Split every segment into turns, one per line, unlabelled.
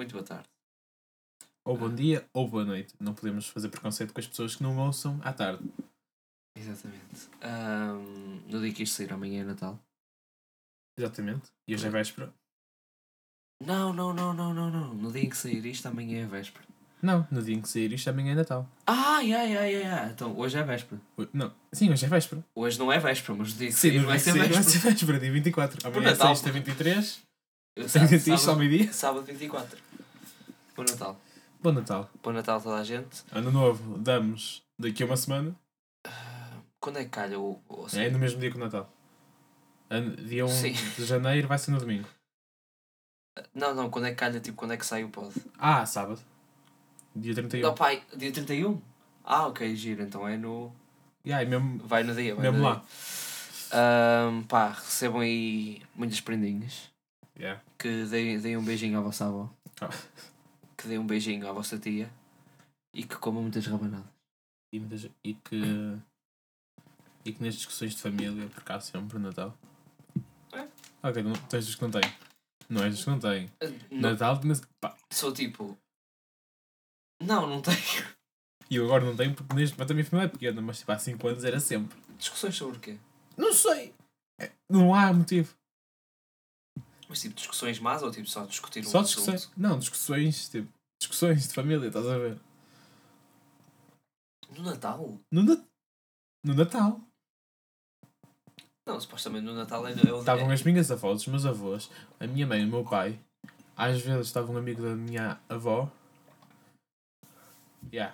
muito boa tarde.
Ou bom dia ou boa noite. Não podemos fazer preconceito com as pessoas que não ouçam à tarde.
Exatamente. Ahm, no dia que isto sair amanhã é Natal.
Exatamente. E hoje é véspera.
Não, não, não, não, não, não. No dia em que sair isto amanhã é véspera. Ah,
Não, no dia em que sair isto amanhã é Natal.
Ai, ai, ai, ai, ai. Então, hoje é véspera.
Ho- Não, sim, hoje é véspera.
Hoje não é véspera, mas no dia que
Sim,
sair
no
vai ser
dia que
véspera.
sair vai ser véspera, dia 24. Amanhã é
Natal.
sexta, 23.
Sábado,
Sábado, isto ao
sábado,
meio-dia.
sábado 24. Bom Natal.
Bom Natal.
Bom Natal a toda a gente.
Ano novo, damos daqui a uma semana.
Quando é que calha o... o- o-
É no mesmo dia que o Natal. Ano- Dia 1
Sim.
de janeiro vai ser no domingo.
Não, não. Quando é que calha, tipo, quando é que sai o pod?
Ah, sábado. Dia 31.
Não, pai. Dia 31? Ah, ok. Giro. Então é no...
Yeah, é mesmo,
Vai no dia. Vai
mesmo
no
lá.
dia. Ahm, pá, recebam aí muitas prendinhas.
Yeah.
Que deem, deem um beijinho à vossa avó.
Ah.
Que deem um beijinho à vossa tia. E que comam muitas rabanadas.
E, muitas- e que. E que nas discussões de família, porque há sempre um Natal. Ah, Ok, não, tu és dos que não têm. Não és dos que não têm.
Ah, Não,
Natal, mas- pá,
sou tipo... Não, não tenho.
e eu agora não tenho porque neste momento a minha família é pequena, mas tipo, há 5 anos era sempre.
Discussões sobre o quê?
Não sei! É, Não há motivo.
Mas tipo, discussões más ou tipo só discutir um
Só
assunto?
discussões. Não, discussões, tipo. Discussões de família, estás a ver?
No Natal?
No, Nat- no Natal.
Não, supostamente no Natal é, é o
Estavam
é,
as minhas avós, os meus avós, a minha mãe e o meu pai. Às vezes estava um amigo da minha avó. Yeah.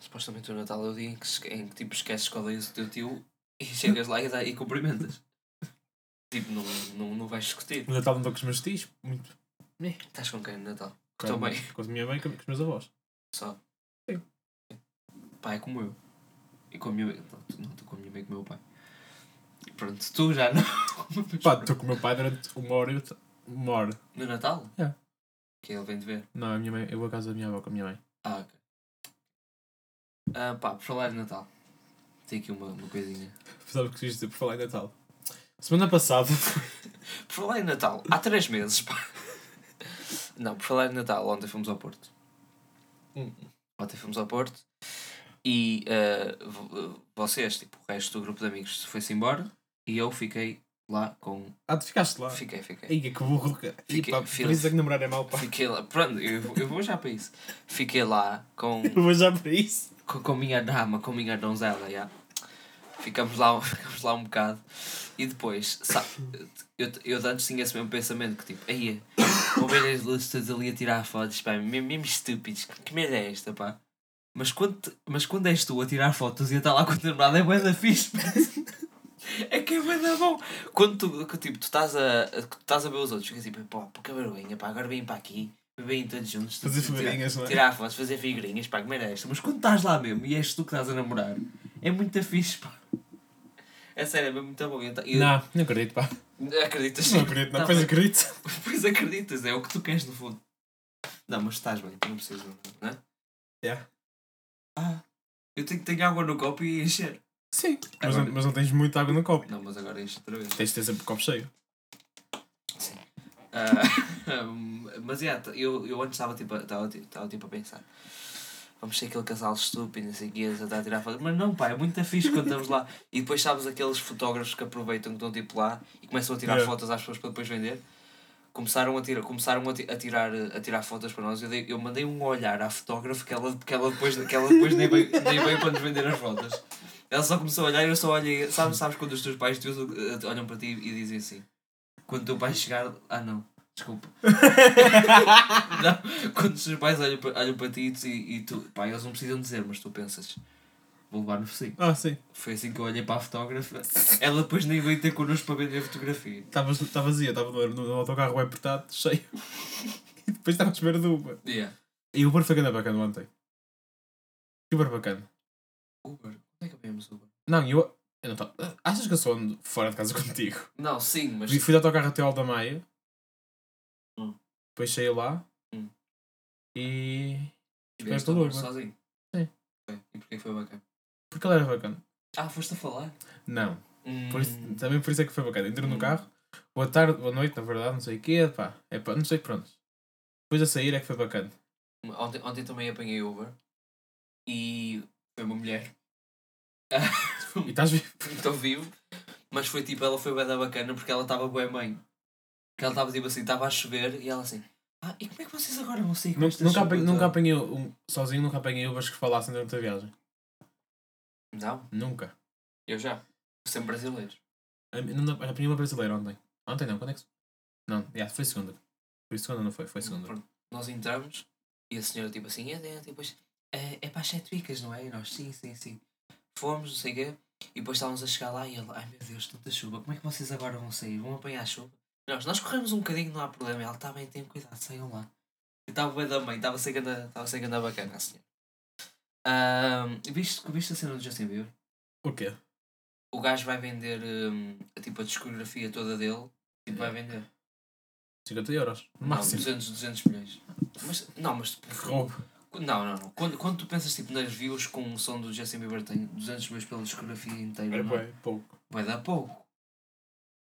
Supostamente o Natal é o dia em que, esque- em que tipo, esqueces que odeias o teu tio e chegas lá e, dá- e cumprimentas. tipo, não, não, não vais discutir.
No Natal não estou um com os meus tios, muito.
Estás com quem no Natal? Com
Com a
tua mãe.
minha- Com a minha mãe e com com os meus avós.
Só.
Sim.
Pai é como eu. E com a minha mãe. Não, tu- não estou com a minha mãe e com o meu pai. Pronto, tu já não. Mas
Pá,
pronto.
estou com o meu pai durante uma hora e outra. Uma hora.
No Natal?
É.
Que ele vem te ver.
Não, a minha mãe, eu vou à casa da minha avó com a minha mãe.
Ah, ok. Ah, pá, por falar de Natal. Tem aqui uma, uma coisinha.
Sabe o que quis dizer por falar em Natal? Semana passada.
Por falar em Natal, há três meses, pá. Não, por falar em Natal, ontem fomos ao Porto.
Hum.
Ontem fomos ao Porto e ah, vo- vocês, tipo, o resto do grupo de amigos foi-se embora e eu fiquei lá com.
Ah, tu ficaste lá.
Fiquei, fiquei.
Ei, que burro. cara. Ih,
Fiquei-
pá,
fil-
Por isso é que namorar é mau, pá.
Fiquei lá, pronto, eu, vou- eu vou já para isso. Fiquei lá com,
Eu vou já para isso.
com, com a minha dama, com a minha donzela, já. Ficamos lá, ficamos lá um bocado. E depois, sabe, eu, eu de antes tinha esse mesmo pensamento que tipo, aí vou ver as luzes todas ali a tirar fotos, pá, mesmo, mesmo estúpidos, que, que merda é esta, pá? Mas quando, te- mas quando és tu a tirar fotos e a estar lá com o teu namorado é bué da fixe, pá. É que é bué da bom. Quando tu, que, tipo, tu estás a, a- tu estás a ver os outros, fica tipo, pô, que vergonha, pá, agora vêm para aqui, vêm todos juntos.
Fazer
tirar-
figurinhas, não é?
tirar fotos, fazer figurinhas, pá, que merda é esta? Mas quando estás lá mesmo e és tu que estás a namorar, é muito fixe, pá. É sério, é mesmo muito bom. Então, eu-
Não, não acredito, pá.
Acreditas?
Não acredito, não.
Tá
Pois
bem.
acredito.
Pois acreditas, é o que tu queres no fundo. Não, mas estás bem, não precisas, não é?
Yeah.
Ah, eu tenho que ter água no copo e encher.
Sim. Mas,
Agora-
não, mas não tens muita água no copo.
Não, mas agora enche outra vez.
Tens de ter sempre o copo cheio.
Ah, hum, mas é, eu, eu antes estava tipo, a- estava, tipo- estava, tipo a pensar. Vamos ser aquele casal estúpido, não sei o que, a tentar tirar fotos. Mas não, pá, é muito fixe quando estamos lá. E depois sabes aqueles fotógrafos que aproveitam que estão tipo lá e começam a tirar
Yeah.
fotos às pessoas para depois vender. Começaram a tirar, começaram a, ti- a tirar, a tirar fotos para nós. Eu, dei- eu mandei um olhar à fotógrafa que ela, que ela depois, que ela depois nem, veio, nem veio para nos vender as fotos. Ela só começou a olhar e eu só olhei. Sabes, sabes quando os teus pais te usam, eh, olham para ti e dizem assim: quando o teu pai chegar. Ah, não. Desculpa. não. Quando os teus pais olham para, olham para ti e tu- e, tu. Pá, eles não precisam dizer, mas tu pensas. Vou levar no focinho.
Ah, sim.
Foi assim que eu olhei para a fotógrafa. Ela depois nem veio ter connosco para vender a fotografia.
Estavas tá vazia, estava no, no, no autocarro bem apertado, cheio. e depois estava à espera do Uber.
Yeah.
E o Uber foi grande bacana ontem. Uber bacana.
Uber. Onde é que vemos Uber?
Não, eu. Eu não tava... Achas que eu sou ando fora de casa contigo?
Não, sim, mas.
Fui, fui de autocarro até ao da Maia.
Hum.
Depois saí lá.
Hum.
E.
Tiveste
Tiveste
Uber
Uber.
sozinho.
Sim.
Ok. E porquê foi bacana?
Porque ele era bacana.
Ah, foste a falar?
Não.
Hum,
Por isso- também por isso é que foi bacana. Entro no
Hum.
carro, boa tarde, boa noite, na verdade, não sei o quê, pá, é pá, não sei, pronto. Depois a sair é que foi bacana.
Hum, Ontem, ontem também apanhei Uber e foi uma mulher.
E estás vivo?
Estou vivo. Mas foi tipo, ela foi bem da bacana porque ela estava bem bem. Que ela estava tipo assim, estava a chover e ela assim, ah, e como é que vocês agora vão sair com
Nu-
esta
Nunca,
chuva
apanhei, nunca
toda?"
apanhei um, sozinho, nunca apanhei Ubers que falassem durante a viagem.
Não,
Nunca.
eu já. Sempre brasileiros.
A mim- Não, olha, apanhei uma brasileira ontem. Ontem não, quando é que. se- Não, já, foi segunda. Foi segunda, não foi? Foi segunda.
Pronto, Nós entramos e a senhora tipo assim, é dentro, e depois é, é para as sete bicas, não é? E nós, sim, sim, sim. Fomos, não sei o quê, e depois estávamos a chegar lá e ele, ai meu Deus, tanta chuva, como é que vocês agora vão sair? Vão apanhar a chuva? E Nós, nós corremos um bocadinho, não há problema, ela está bem, tem cuidado, saiam lá. E estava bem da mãe, estava sem ganda, estava sem ganda bacana a senhora. Ahm, viste, viste a cena do Justin Bieber?
O quê?
O gajo vai vender hum, tipo a discografia toda dele, tipo, vai vender.
50 euros. No
Não,
máximo. É
200, 200 milhões. Mas, não, mas
Que roubo.
Não, não, não. Quando, quando tu pensas tipo, nas views com o som do Justin Bieber tem 200 milhões pela discografia inteira,
É
não
bué, pouco.
vai dar pouco.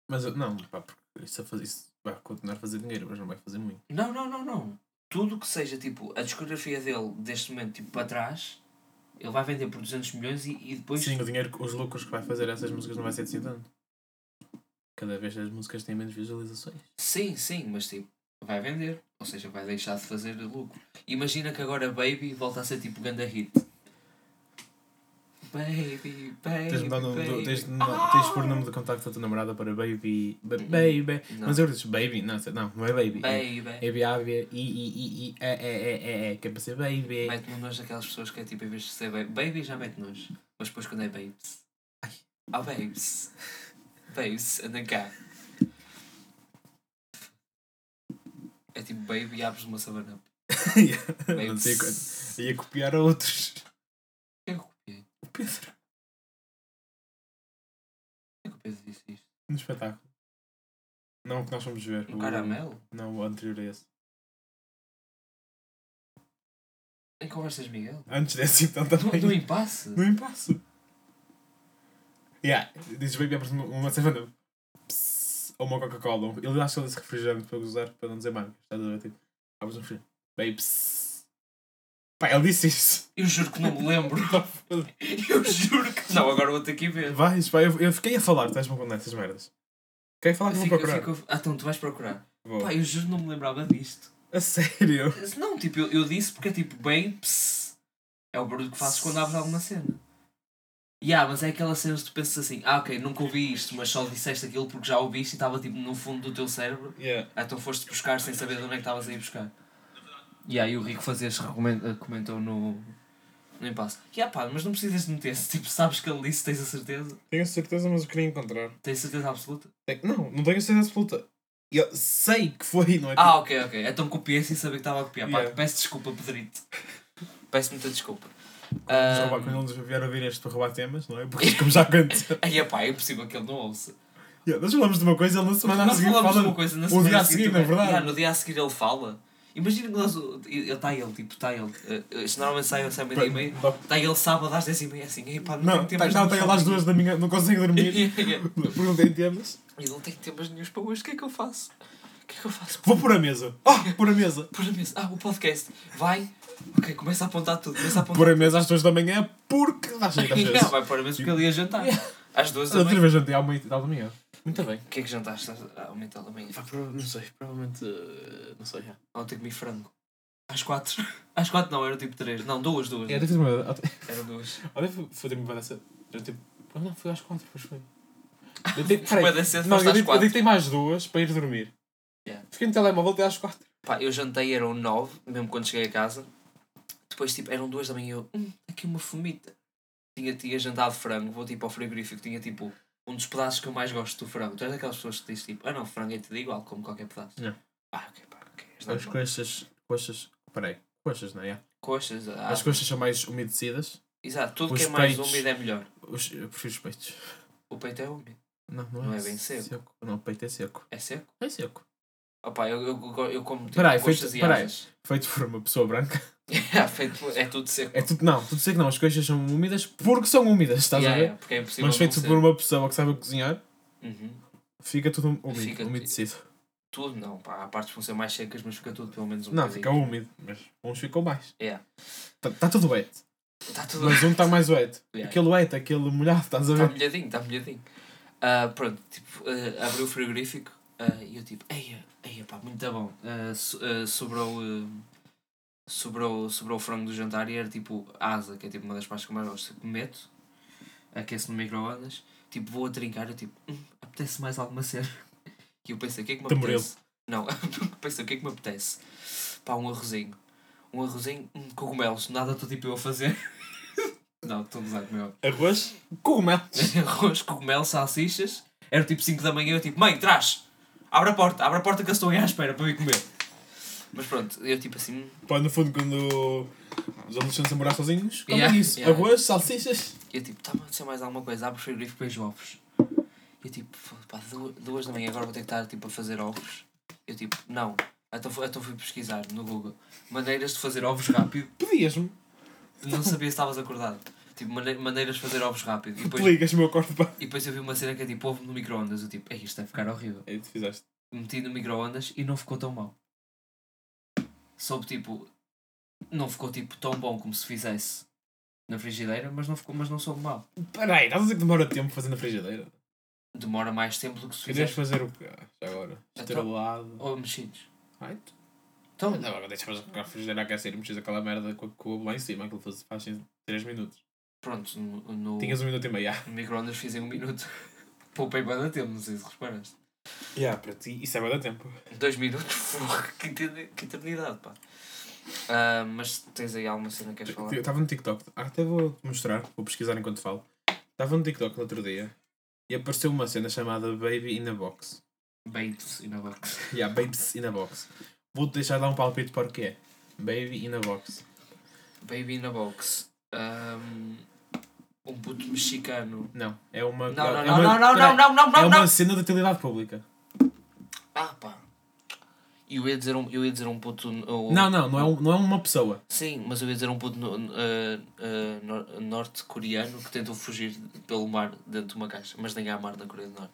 Mas eu- não, pá, porque isso, a fazer, isso vai continuar a fazer dinheiro, mas não vai fazer muito.
Não, não, não, não. Tudo que seja tipo a discografia dele deste momento tipo, para trás, ele vai vender por 200 milhões e, e depois.
Sim, o dinheiro, que- os lucros que vai fazer essas músicas não vai ser assim tanto. Cada vez as músicas têm menos visualizações.
sim, sim, mas tipo, vai vender. Ou seja, vai deixar de fazer lucro. Imagina que agora Baby volta a ser tipo ganda hit. Baby, baby.
Tens de mudar o nome do-
baby. Ah!
tens de no- tens de pôr o nome de contacto da tua namorada para Baby. ba-
Hum.
Baby.
Não.
Mas eu disse Baby, não, sei- não, não é Baby. É
Baby.
é Baby, I, I, I, I, E, E, E, E, E, que é para ser Baby.
Mete no nojo daquelas pessoas que é tipo, em vez de ser baby, baby já mete nojo. Mas depois quando é babes.
Ai.
Ah, babes. Babes, andem cá. É tipo baby e abres uma sabana.
Não sei quanto. Ia copiar a outros.
Eu é copiei.
O Pedro.
Eu copiei disse isto.
No Um espetáculo. Não o que nós fomos ver.
Um
o-
caramelo?
Não, o anterior a esse.
Em conversas, Miguel?
Antes desse, então
No,
também.
no impasse?
No impasse. Yeah, dizes baby aparece uma- uma Seven ou uma Coca-Cola. um- Ele acha que ele disse refrigerante para usar, para não dizer marcas. Estás a ver? Tipo, abres um refrigerante. Baby pss. Pá, ele disse isso.
Eu juro que não me lembro. Eu juro que não. Agora vou ter que ir ver.
Vais, pá, eu, eu fiquei a falar, estás-me a contar essas merdas. Quem falar que vou
Fico-
procurar?
fico- Ah, então tu vais procurar.
Vou.
Pá, eu juro que não me lembrava disto.
A sério?
Se Não, tipo, eu, eu disse porque é tipo bem. Pss, é o barulho que fazes quando abres alguma cena. Ya, yeah, mas é aquela cena que tu pensas assim: ah, ok, nunca ouvi isto, mas só disseste aquilo porque já ouviste e estava tipo no fundo do teu cérebro.
Yeah.
Ah, Então foste buscar sem saber de onde é que estavas a ir buscar. Ya, yeah, e o Rico Fazeres recomen- eh, comentou no. no impasse: Ya, yeah, pá, mas não precisas de meter-se. Tipo, sabes que ele disse, tens a certeza?
Tenho certeza, mas eu queria encontrar.
Tens certeza absoluta?
Tem- Não, não tenho certeza absoluta. Eu sei que foi, não é?
Ah, ok, ok. Então copiei sem saber que estava a copiar. Pá,
Yeah.
peço desculpa, Pedrito. Peço muita desculpa. Ah,
Vamos roubar-
Ahm,
Quando eles vieram ouvir este para roubar temas, não é? Porque como já aconteceu.
Aí, epá, é impossível que ele não ouça.
Yeah, nós falamos de uma coisa, ele na semana a
nós
seguir
falamos
fala
de uma coisa na
o
semana
dia a
seguinte
seguir,
também.
na verdade.
Yeah, no dia a seguir ele fala. Imagina que nós. Ele está ele, tipo, está ele. eh, Isto normalmente sai às 7 e meia. Está ele sábado às 10 e meia, assim. Ei, pá,
Não,
tem
tá- não, tenho lá às duas da minha, não consigo dormir.
E
Porque não tenho temas.
não tenho temas nenhums para hoje. O que é que eu faço? O que é que eu faço?
Vou pôr a mesa. Ah, pôr a mesa.
Pôr a mesa. Ah, o podcast. Vai. Ok, começa a apontar tudo. Começa a apontar.
Pôr a mesa às duas da manhã porque dá jeito às vezes.
Não, vai pôr a mesa porque ele ia jantar. Às duas da
Outra
manhã.
vez jantei à meia da manhã. Muito bem.
O que é que jantaste à uma e tal da manhã?
Não sei, provavelmente.
eh,
Não sei.
Ontem comi frango. Às 4. Às 4 não, era tipo 3. Não, duas, duas.
É, deve ter uma.
Era duas.
Olha, fodei-me bem dessa. Eu tipo. ah, Não, foi às quatro, depois foi. Eu dei- peraí,
Bué da cedo,
não,
foste
eu
às
dei- eu
quatro.
deitei mais duas para ir dormir.
Yeah.
Fiquei no telemóvel até às quatro.
Pá, eu jantei, eram 9, mesmo quando cheguei a casa. Depois, tipo, eram 2 da manhã e eu, hum, aqui uma fumita. Tinha, tinha jantado frango, vou tipo ao frigorífico, tinha tipo um dos pedaços que eu mais gosto do frango. Tu és daquelas pessoas que dizem tipo, ah não, frango é tudo igual, como qualquer pedaço.
Não.
Ah, ok, pá, ok. és
As
normal.
coxas. Coxas. Peraí. Coxas, não é?
Coxas, ah,
As coxas são mais umedecidas.
exato, tudo
os
que é mais
peitos.
úmido é melhor.
Os, eu prefiro os peitos.
O peito é úmido,
Não, não,
Não é bem seco.
Não, o peito é seco.
é seco.
É seco.
Opá, eu, eu, eu, eu como tipo,
Peraí,
coxas
feito-
e
peraí.
asas.
Feito por uma pessoa branca.
É, feito- é tudo seco.
É tudo. Não, tudo seco não. As coxas são úmidas porque são úmidas, estás
Yeah,
a ver?
yeah, porque é impossível
Mas
não
feito um-
ser.
por uma pessoa que sabe cozinhar,
Uhum.
fica tudo úmido,
Fica-
umedecido.
tudo não, pá, há partes que vão ser mais secas, mas fica tudo pelo menos um
Não,
bocadinho.
fica úmido, mas uns ficou mais.
Yeah.
Está tá tudo wet.
Está Tá tudo É.
Mas um está mais wet.
Yeah.
Aquele wet, aquele molhado, estás a
Está
ver?
molhadinho, está molhadinho. tá Ah, pronto, tipo, ah, abri o frigorífico ah, e eu tipo, eia, eia pá, muito bom. Ah, so- ah, sobrou, ah, sobrou, sobrou o frango do jantar e era tipo asa, que é tipo uma das partes que eu mais gosto. Tipo, meto, aqueço no micro-ondas, tipo, vou a trincar, eu tipo, hum, apetece mais alguma cena. E eu pensei, o que é que me
Tamboril.
apetece? Não, pensei, o que é que me apetece? Pá, um arrozinho. Um arrozinho, hum, cogumelos, nada estou tipo eu a fazer. Não, estou a usar como é óbvio
Tá. Arroz? Cogumelo.
arroz, cogumelo, salsichas. Era tipo 5 da manhã, eu tipo, mãe, traz! Abre a porta, abre a porta que eu estou aí à espera para eu ir comer. Mas pronto, eu tipo assim,
Pá, no fundo, quando os adolescentes a morar sozinhos, comem
Yeah,
isso.
yeah.
Arroz, salsichas.
eu tipo, está-me a acontecer mais alguma coisa, abre o frigorífico e vejo ovos. Eu tipo, "Foda-se, pá, du- duas da manhã agora vou ter que estar tipo a fazer ovos. Eu tipo, não. Então, fu- então fui pesquisar no Google maneiras de fazer ovos rápido.
Pedias-me.
Não sabia se estavas acordado. Tipo, mane- maneiras de fazer ovos rápido. E
Tu
depois,
ligas-me ao corpo para.
e depois eu vi uma cena que é tipo ovo no micro-ondas. Eu tipo, "Ei, isto vai ficar horrível.
Aí tu É fizeste.
meti no micro-ondas e não ficou tão mau. Soube tipo. Não ficou tipo tão bom como se fizesse na frigideira, mas não, ficou, mas não soube mal.
Peraí, estás a dizer que demora tempo fazendo a frigideira?
Demora mais tempo do que se
Querias
fizesse.
fazer o quê? Ah, Já agora.
Então-
Estrelado.
Ou mexidos.
Ai,
Então,
Não, agora deixa fazer a frigideira aquecer e mexes aquela merda com a cuba lá em cima, aquilo faz, faz em 3 minutos.
pronto, no, no,
Tinhas um minuto e meio.
no micro-ondas fiz em um minuto. Poupei banda tempo, não sei se reparaste.
Yeah, para ti, isso é bem tempo.
Dois minutos, porra, que, etern- que eternidade, pá. Ah, mas tens aí alguma cena que queres falar?
Eu estava no TikTok, ah, até vou te mostrar, vou pesquisar enquanto falo. Estava no TikTok no outro dia e apareceu uma cena chamada Baby in a Box.
Beitos e na box.
Yeah, Babes in a Box. Vou-te deixar dar um palpite para o que é. Baby in a Box.
Baby na box. Ah, um puto mexicano
Não, é uma.
Não, não,
é
não,
uma-
não, não, não, não,
peraí,
não,
É
não,
uma
não.
cena de utilidade pública.
Ah, pá. Eu ia dizer um, eu ia dizer um puto. ou-
Não, não, não é, um- não é uma pessoa.
Sim, mas eu ia dizer um puto no- no- eh, eh, nor- norte-coreano que tentou fugir pelo mar dentro de uma caixa, mas nem há mar na Coreia do Norte.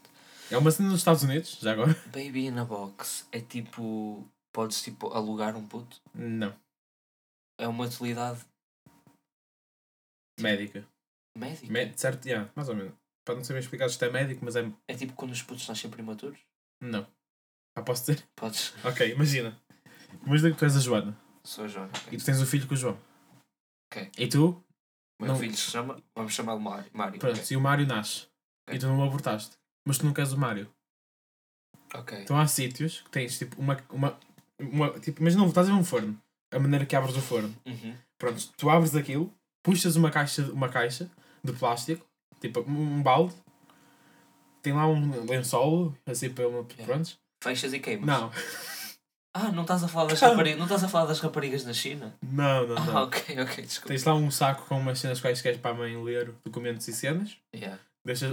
É uma cena nos Estados Unidos, já agora?
Baby in a box é tipo. Podes tipo alugar um puto?
Não.
É uma utilidade
Médica.
médica?
Mé- certo, yeah, mais ou menos. Para não saber explicar se isto é médico, mas é.
É tipo quando os putos nascem prematuros?
Não. Ah, posso dizer?
Podes.
Ok, imagina. Imagina que tu és a Joana
Sou a Joana. ok.
e tu tens um filho com o João.
Ok.
E tu,
Meu
não-
filho se chama. Vamos chamá-lo Mário. Mário.
pronto, e o Mário nasce.
Ok.
E tu não o abortaste. Mas tu não queres o Mário.
Ok.
Então há sítios que tens tipo uma. uma, uma tipo, imagina, estás a ver um forno. A maneira que abres o forno.
Uhum.
Pronto, tu abres aquilo, puxas uma caixa, uma caixa de plástico, tipo um um balde, tem lá um lençol, assim para uma.
Yeah.
Prontos?
Fechas e queimas.
Não,
Ah, não estás a falar das
Cara.
raparigas. Não estás a falar das raparigas na China?
não, não, não.
Ah, ok, ok, desculpa.
Tens lá um saco com umas cenas quaisquer para a mãe ler, documentos e cenas.
Yeah.
Deixas,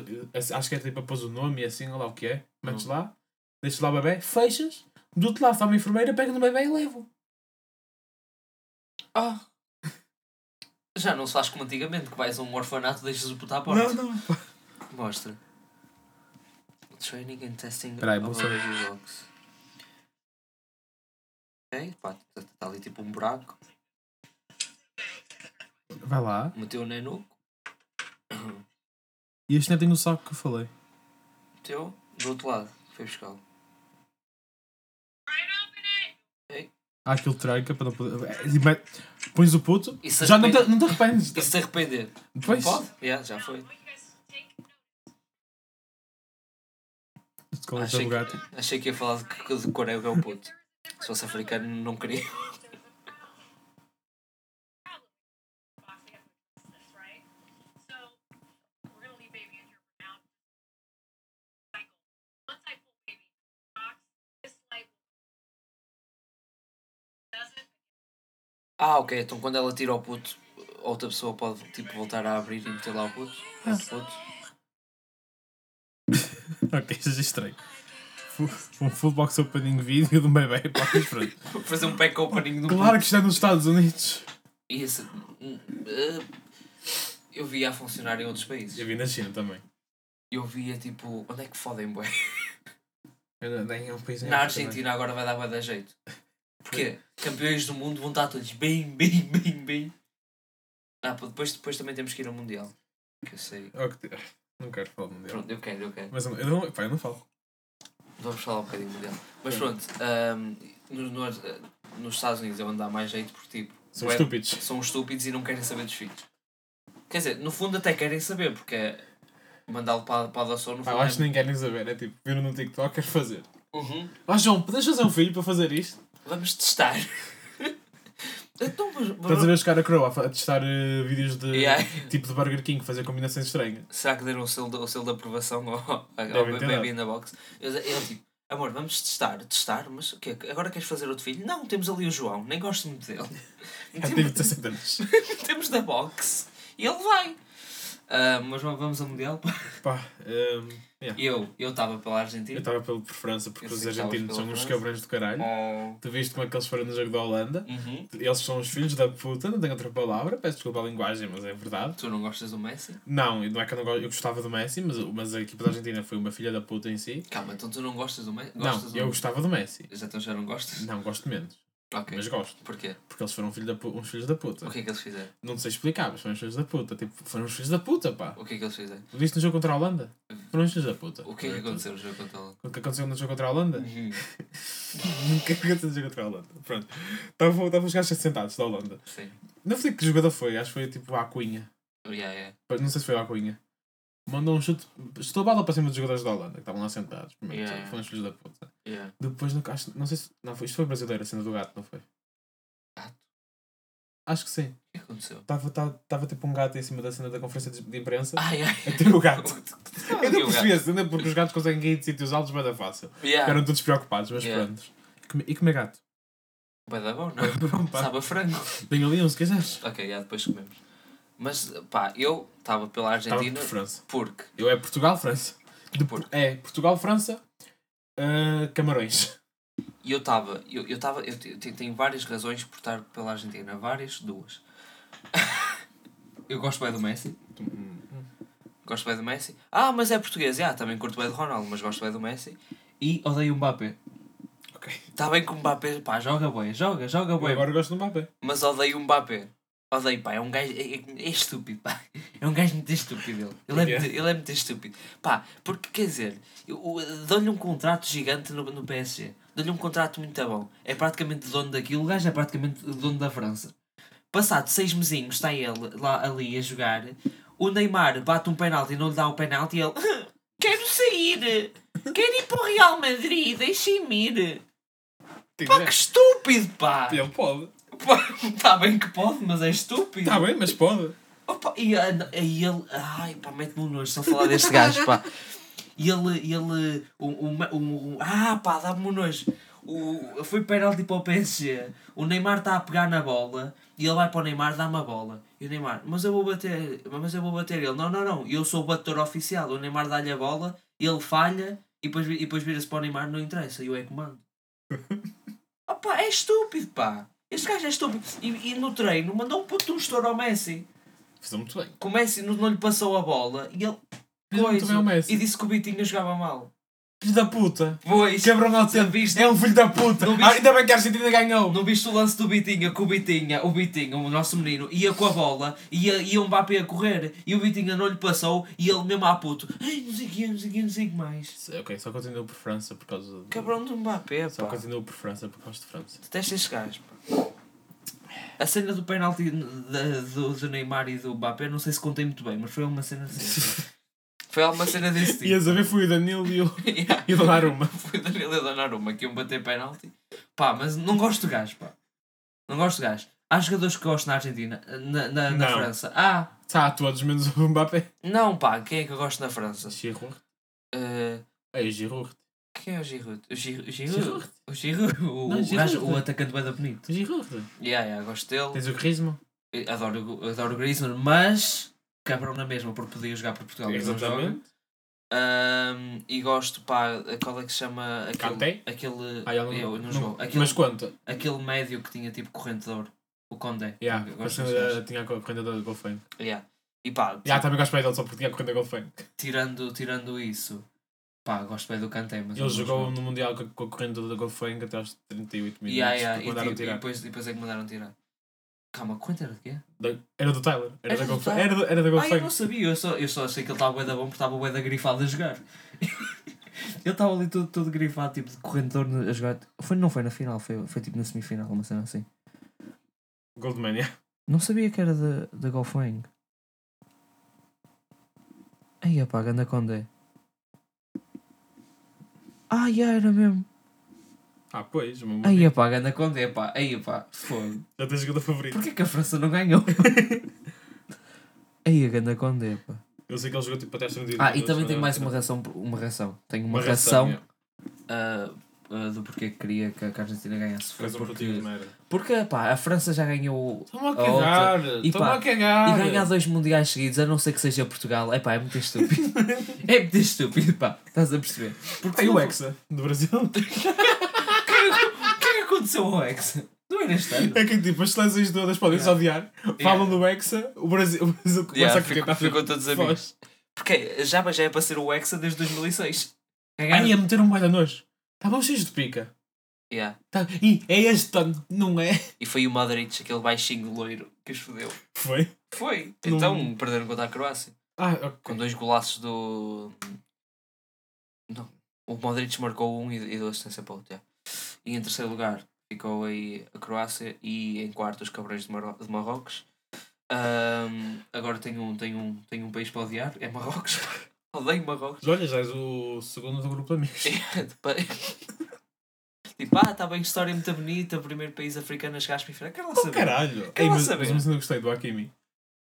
acho que é tipo pôs o nome e assim, olha lá o que é. Metes
Hum.
lá, deixas lá o bebê, fechas, do outro lado está uma enfermeira, pega no bebê e leva.
Ah! Já não se faz como antigamente, que vais a um orfanato e deixas o puto à porta.
Não, não.
Mostra. Training and testing
Espera aí,
of
vou só-
review dogs. um Ok, pá, está ali tipo um buraco.
Vai lá.
Meteu no enuco.
E este não tem o saco que eu falei.
Meteu do outro lado. Foi buscá-lo.
Há aquele tranca para não poder. é, e mete- Pões o puto,
E se
já não
arrepende-
te, não te arrependes.
E se arrepender?
Depois,
é Não pode? Yeah, já foi.
este com este
Achei
advogado.
que, achei que ia falar de que de cor é o meu puto. Se fosse africano, não queria. Ah, ok. Então quando ela tira o puto, outra pessoa pode tipo, voltar a abrir e meter lá o puto. Outro puto.
Ok, isso é estranho. Fu- Um full box opening vídeo de um bebê para a frente.
Vou Fazer um pack opening do
Claro
puto.
que isto é nos Estados Unidos.
E esse, hum, eh, eu via a funcionar em outros
Eu
países.
vi na China também.
Eu via tipo, onde é que fodem, bué?
Eu não- Nem é um país em
Na
África,
Argentina agora vai dar bué da jeito. Porquê? Campeões do mundo vão estar todos bem, bem, bem, bem. Ah, pô, depois, depois também temos que ir ao Mundial. Que eu sei.
não é? Oh, que te- Não quero falar do mundial.
Pronto, eu quero, eu quero.
Mas eu não- eu não, pá, eu não falo.
Vamos falar um bocadinho do Mundial. Mas
Sim.
pronto, ahm, no- no- eh, nos Estados Unidos é onde dá mais jeito porque tipo,
São
Ué.
estúpidos.
são estúpidos e não querem saber dos filhos. Quer dizer, no fundo até querem saber porque é mandá-lo para, para a adoção no
Pá,
fundo.
eu acho que
é-
nem querem saber. É tipo, viram no TikTok, quero fazer.
Uhum.
Ah, João, podes fazer um filho para fazer isto?
Vamos testar. então, mas,
Estás a ver chegar a Croa a fa- a testar eh, vídeos de
Yeah.
tipo de Burger King, fazer combinações estranhas.
Será que deram o selo de, o selo de aprovação ao, ao
Devem ter dado.
Baby in the Box? Eu- Ele tipo, amor, vamos testar, testar, mas o quê? Agora queres fazer outro filho? Não, temos ali o João, nem gosto muito dele.
Já tive 17 anos.
temos da box e ele vai. Ah, mas vá- vamos ao Mundial.
Pá, ehm, yeah.
Eu eu estava pela
eu
Argentina.
estava pelo preferência porque
Eu
os
sei que estavas
argentinos
pela
são uns
França.
cabrões do caralho.
Oh.
Tu viste como é que eles foram no jogo da Holanda?
Uhum.
Eles são os filhos da puta, não tenho outra palavra, peço desculpa a linguagem, mas é verdade.
Tu não gostas do Messi?
Não, e não é que eu não gosto, eu gostava do Messi, mas, mas a equipa da Argentina foi uma filha da puta em si.
Calma, então tu não gostas do Messi?
não, eu gostava do Messi.
Já, então já não gostas?
Não, gosto menos,
Ok.
mas gosto,
Porquê?
porque eles foram filho da pu- uns filhos da puta.
O que é que eles fizeram?
Não sei explicar, mas foram uns filhos da puta. Tipo, foram uns filhos da puta, pá.
O que é que eles fizeram?
Viste no jogo contra a Holanda? Foram uns filhos da puta.
O que é que aconteceu no jogo contra ela?
O que aconteceu no jogo contra a Holanda?
Uhum.
O que aconteceu no jogo contra a Holanda? Pronto. Estavam estavam os gajos sentados da Holanda.
Sim.
Não sei que jogador foi, acho que foi tipo a Cunha.
Yeah, yeah.
Não sei se foi o Cunha. Mandou um chute. Chutou a bola para cima dos jogadores da Holanda, que estavam lá sentados. Primeiro, tipo,
Yeah, yeah.
Foram os filhos da puta.
Yeah.
Depois, no, acho, não sei se. Não, foi, isto foi brasileiro, a cena do gato, não foi?
Gato?
Acho que sim.
O que aconteceu?
Estava tava, tava, tipo um gato em cima da cena da conferência de, de imprensa.
Ai, ai.
Até o gato.
Ah,
eu não
o Ah, gato.
percebi essa cena porque os gatos conseguem cair de sítios altos, mas é fácil.
Yeah.
Ficaram todos preocupados, mas
Yeah.
pronto. E comer- E comer gato.
Vai dar bom, não?
Pá,
Sabe a frango.
Vem ali um, se quiseres.
Ok, já depois comemos. Mas pá, eu estava pela
Estava
Argentina
Tá por França.
porque.
Eu é Portugal-França.
Porco.
É Portugal-França. ah, Camarões.
E eu estava. Eu, eu, tava, eu te- te- tenho várias razões por estar pela Argentina. Várias, duas. eu gosto bem do Messi. Gosto bem do Messi. Ah, mas é português. Ah, também curto bem do Ronaldo, mas gosto bem do Messi. E odeio o Mbappé.
Ok.
Está bem que o Mbappé, pá, joga bem, joga, joga
Eu
bem.
agora gosto do Mbappé.
Mas odeio o Mbappé. Odeio, pá, é um gajo. É, é- é estúpido, pá. É um gajo muito estúpido ele. Ele é
Porquê?
muito, ele é muito estúpido. Pá, porque quer dizer, eu- eu- dou-lhe um contrato gigante no, no PSG. Dou-lhe um contrato muito bom. É praticamente dono daquilo. O gajo é praticamente dono da França. Passado seis mesinhos está ele lá ali a jogar. O Neymar bate um penalti e não lhe dá o penalti e ele. Quero sair! Quero ir para o Real Madrid, deixem-me ir! Pá, que estúpido, pá!
Ele pode.
Está tá bem que pode, mas é estúpido.
Está Tá bem, mas pode.
Opa, e a- aí ele. Ai, pá, mete-me um nojo só falar deste gajo, pá. E ele. ele o, o, o- o- ah, pá, dá-me um nojo. O, foi penalti para o PSG. O Neymar está a pegar na bola e ele vai para o Neymar, dá-me a bola. E o Neymar, mas eu vou bater, mas eu vou bater ele. Não, não, não, eu sou o bater oficial. O Neymar dá-lhe a bola, ele falha e depois, vi- e depois vira-se para o Neymar, não interessa, eu é que mando. Opa, é estúpido, pá. Este gajo é estúpido. E, e no treino mandou um puto de um estouro ao Messi
Fizou muito bem.
que o Messi não, não lhe passou a bola e ele
Mas muito bem ao Messi.
e disse que o Vitinho jogava mal.
Filho da puta.
Pois,
Quebrou mal
Não viste?
É um filho da puta.
Não viste?
Ah, ainda bem que a Argentina ganhou.
não viste o lance do Vitinho, que o Vitinho, o Vitinho, o nosso menino, ia com a bola, ia, ia um Mbappé a correr e o Vitinho não lhe passou e ele mesmo à puto, ai, não sei o quê, não sei o quê, não sei o quê mais.
Ok, só continuo por França por causa de...
Cabrão do Mbappé,
Só
pá.
continuo por França por causa de França.
Detesta este gajo, pá. A cena do penalti da- do, do Neymar e do Mbappé, não sei se contei muito bem, mas foi uma cena assim. Foi alguma cena desse tipo.
Ias a ver foi o Danilo e o,
Yeah.
e o Donnarumma.
foi o Danilo e o Donnarumma que iam bater penalti. Pá, mas não gosto do gajo, pá. Não gosto do gajo. Há jogadores que gosto na Argentina, na, na, na
Não.
França. Ah,
Tá, todos menos o Mbappé.
não, pá, quem é que eu gosto na França?
Giroud.
Eh,
É o Giroud.
quem é o Giroud? O Giroud? O Giroud?
Giroud.
O, Giroud, o,
Não,
o
Giroud.
gajo- o atacante bem da bonito.
Giroud.
Yeah, yeah, gosto dele.
Tens o Griezmann.
Eu Adoro, eu adoro o Griezmann, mas cabrão na mesma, porque podia jogar para Portugal. mas não joga. Ahm, e gosto, pá, qual é que se chama? Aquele.
Kanté?
aquele
Ah, ele
eu É, não jogo. Aquele-
Mas quanto?
aquele médio que tinha tipo corrente de ouro, o Condé.
Yeah,
Eu
mas,
gosto desse gajo.
eh, tinha a corrente da Golfang.
Yeah. E pá,
Já, também gosto bem dele só porque tinha a corrente da Golfang.
tirando, tirando isso, Pá, gosto bem do Kanté, mas.
Ele
não gosto
jogou
bem.
no Mundial com com a corrente do Goffeng até aos 38 minutos.
Yeah, yeah,
porque
e,
mandaram
tipo- e
tirar.
depois, depois é que mandaram tirar. Calma, quanto era de quê?
Da- Era do Tyler. Era,
Era
da
do
Goffeng.
Tyler?
Era, do- era da
Ah, eu
Goffeng.
não sabia, eu só, eu só achei que ele estava bué da bom porque estava bué da grifado a jogar. ele estava ali todo, todo grifado, tipo de correntor a jogar. Foi, não foi na final, foi, foi tipo na semifinal, uma cena assim.
Goldman, yeah.
Não sabia que era da, da Golfwang. Aí pá, ganda Condé. Ah, yeah, era mesmo.
Ah, pois. uma boa
Aí
dica.
pá, ganda Condé, pá. Aí pá, fogo.
Já tens jogador favorito.
Porquê que a França não ganhou? Aí a ganda Condé, pá.
Eu sei que ele jogou tipo até aos 38
Ah, e
minutos,
também
mas
tenho
era-
mais uma
era-
razão, uma razão. Tenho uma,
uma
razão,
yeah.
ah, ah, do porquê que queria que a Argentina ganhasse. Foi
Razão
porque,
para ti, merda.
porque pá, a França já ganhou
Estão-me a
outra.
cagar!
E
Estão-me
pá,
a cagar!
e ganhar dois mundiais seguidos, a não ser que seja Portugal. É pá, é muito estúpido. é muito estúpido, pá. Estás a perceber? Porque
Tem
não-
o Hexa do Brasil.
O que é que- o que é que aconteceu ao Hexa? Não era este ano?
É que tipo, as seleções todas podem se odiar, falam do Hexa, o Brasil, o Brasil começa a querer estar
todos
Foz.
Porque já, já é para ser o Hexa desde 2006.
Ai, a meter um baita nojo. Estavam cheios de pica.
Yeah.
Tá... Ih, é este ano, não é?
E foi o Madrid, aquele baixinho loiro, que os fodeu.
Foi?
Foi.
Não-
Então perderam contra a Croácia.
Ah,
Com
ok.
dois golaços do. Não. O Modric marcou um e, e deu assistência para o outro. já. E em terceiro lugar ficou aí a Croácia e em quarto os Cabrões de, Marro- de Marrocos. Ahm, agora tenho um, tenho, um, tenho um país para odiar, é Marrocos. Odeio Marrocos.
Mas olha, já és o segundo do grupo de amigos.
tipo, ah, está bem, história muito bonita, primeiro país africano a chegar às semifinais. Quero lá
Oh,
saber.
caralho!
Quero
Ei,
lá
mas,
saber.
mas uma cena que eu gostei do Hakimi.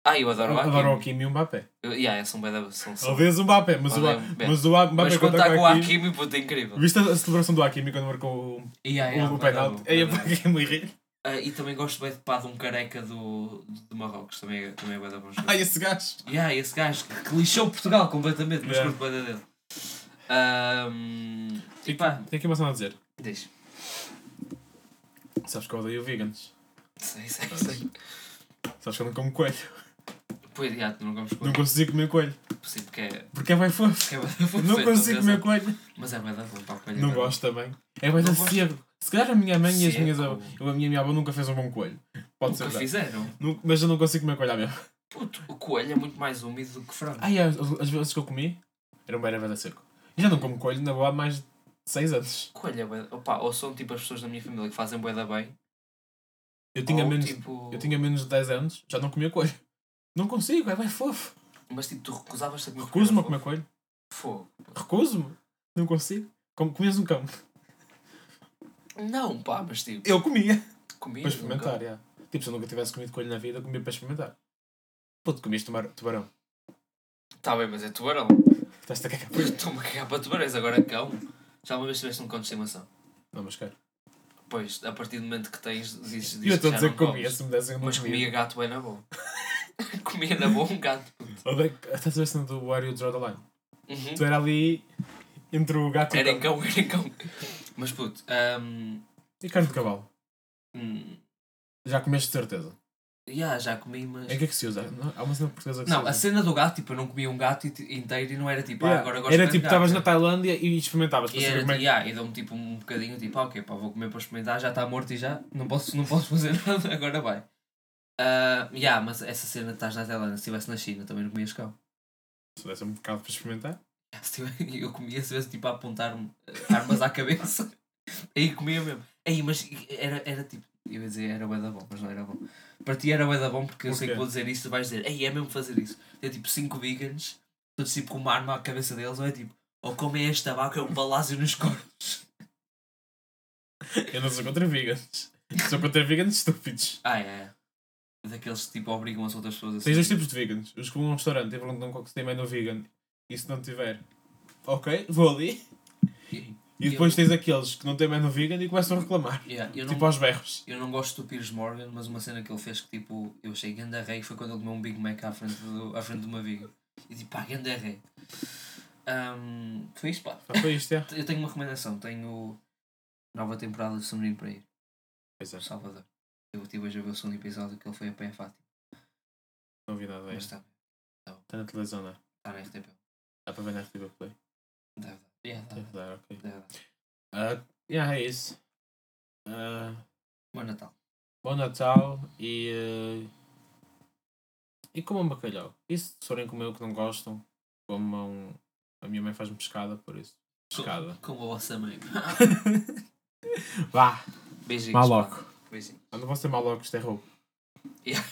Ah, eu adoro o Hakim.
Adoro o Hakimi e o Mbappé.
Eu- Yeah, são bué da- são- são-
Talvez o Mbappé, mas o
Odeio o
Mbappé
Mbappé.
mas o Mbappé
Mas quando
conta
está
com
com
o
o
Hakimi.
Hakimi, puta, é incrível.
Viste a a celebração do Hakimi quando marcou o,
Yeah, yeah,
o
bué da
penalti?
bom,
É,
bué da bom.
porque é muito rir.
Ah, e também gosto bem de pá de um careca do, do Marrocos, também é, também é bué da bom jogador.
Ai, esse gajo!
Yeah, esse gajo que, que lixou Portugal completamente, mas
Yeah.
curto bué da dele. Ahm, e pá,
Tem aqui uma cena a dizer.
deixa.
Sabes que eu odeio vegans.
Sei, sei, sei.
Sabes que eu não como coelho.
Pois, yeah, tu não comes
Não
coelho.
consigo comer coelho.
Sim, porque é...
Porque é bem fofo.
porque é bué da bom,
Não
sei,
consigo
tens razão.
comer coelho.
Mas é bué da bom, pá, coelho é bué
Não
da bom.
gosto também. É bem
Não gosto.
cedo. Se calhar a minha mãe e as
Seco.
minhas avós. A minha, minha avó nunca fez um bom coelho. Pode ser
Nunca
verdade.
fizeram.
Nu- Mas eu não consigo comer coelho à mesmo.
Puto, o coelho é muito mais úmido do que frango.
Ai, as, as vezes que eu comi, era um beira velha seco. E já não como coelho na boa há mais de 6 anos.
Coelho é bué da... Opa, ou são tipo as pessoas da minha família que fazem bué da bem.
Eu tinha,
ou,
menos,
tipo...
eu tinha menos de 10 anos, já não comia coelho. Não consigo, é bem fofo.
Mas tipo, tu recusavas-te a comer
Recuso-me a
coelho,
comer coelho.
Fogo.
Recuso-me. Não consigo. Como comias um cão.
Não, pá, mas tipo,
Eu comia.
comi.
Para experimentar, já. Tipo, se eu nunca tivesse comido coelho na vida, eu comia para experimentar. Pô, tu comias tubar- tubarão. é
Tá bem, mas é tubarão.
Estás-te a cagar por isso.
Estou-me a cagar para tubarões, agora é cão. Já uma vez tiveste um cão de estimação.
Não, mas cara.
Pois, a partir do momento que tens, dizes,
E eu
dizes
estou
que já
a dizer que
não
comia,
comes.
se me dessem eu não
Mas
comia.
comia gato é na boa. comia na boa um gato. puto.
Olha, Estás a ver a cena do Where You Draw the Line?
Uhum.
Tu era tipo- ali entre o gato e
Era
o
em
cão.
cão, era em cão. Mas puto, hum,
E carne de cavalo.
hum,
Já comeste de certeza.
já, já comi, mas...
Em que é que se usa? Não, Há uma cena portuguesa que
Não, a
se usa.
cena do gato, tipo, eu não comia um gato int- inteiro e não era tipo, ah,
Yeah.
agora gosto
Era
bem de
tipo,
gato,
estavas
né?
na Tailândia e experimentavas para
E
saber
era,
como é que.
yeah, e dão-me tipo um bocadinho, tipo, ah, ok, pá, vou comer para experimentar, já está morto e já, não posso, não posso fazer nada, agora vai. ah yeah, mas essa cena de estás na Tailândia, se estivesse na China também não comias cão.
Se
tipo
desse um bocado para experimentar.
Se tivesse- Eu comia se estivesse tipo a apontar-me eh, armas à cabeça, aí comia mesmo. Aí, mas era, era tipo, eu ia dizer era bué da bom, mas não era bom. Para ti era bué da bom porque eu
Por
sei que
quê?
vou dizer isto e vais dizer, ei, é mesmo fazer isso. Tem tipo cinco vegans, todos tipo com uma arma à cabeça deles, ou é tipo, ou comem este tabaco, é um balásio nos corpos.
Eu não sou contra vegans. Sou contra vegans estúpidos.
Ah, é. Daqueles que tipo obrigam as outras pessoas a
Tens dois
seguir.
tipos de vegans. Os que vão a um restaurante e perguntam qual que se tem menu vegan. E se não tiver, ok, vou ali. E
Eu-
depois tens aqueles que não têm menu vegan e começam a reclamar.
Yeah, eu, não,
Tipo aos berros.
eu não gosto do Piers Morgan, mas uma cena que ele fez que tipo, eu achei ganda rei foi quando ele comeu um Big Mac à frente, do, à frente de uma viga. E tipo, pá, ganda rei. Ahm, foi isto, pá.
Ah, foi isto, é?
Eu tenho uma recomendação, tenho nova temporada de Submarino para ir,
Pois é,
por Salvador. Eu estive hoje a ver o segundo episódio que ele foi a pé a Fátima,
não vi nada.
mas
Está
está,
na televisão, não é?
está na RTP.
Dá para ver na RTP Play.
Deve dar. Yeah, tá.
Deve dar, ok.
Deve dar.
Ah, yeah, é isso. Ah,
Bom Natal.
bom Natal e. eh, e comam bacalhau. E se forem comer o que não gostam, comam. A minha mãe faz-me pescada, por isso. Pescada.
Com a vossa mãe.
Vá,
Beijinhos.
maloco.
pá. Beijinhos.
Eu não vou ser maloco, isto é roubo.
Yeah.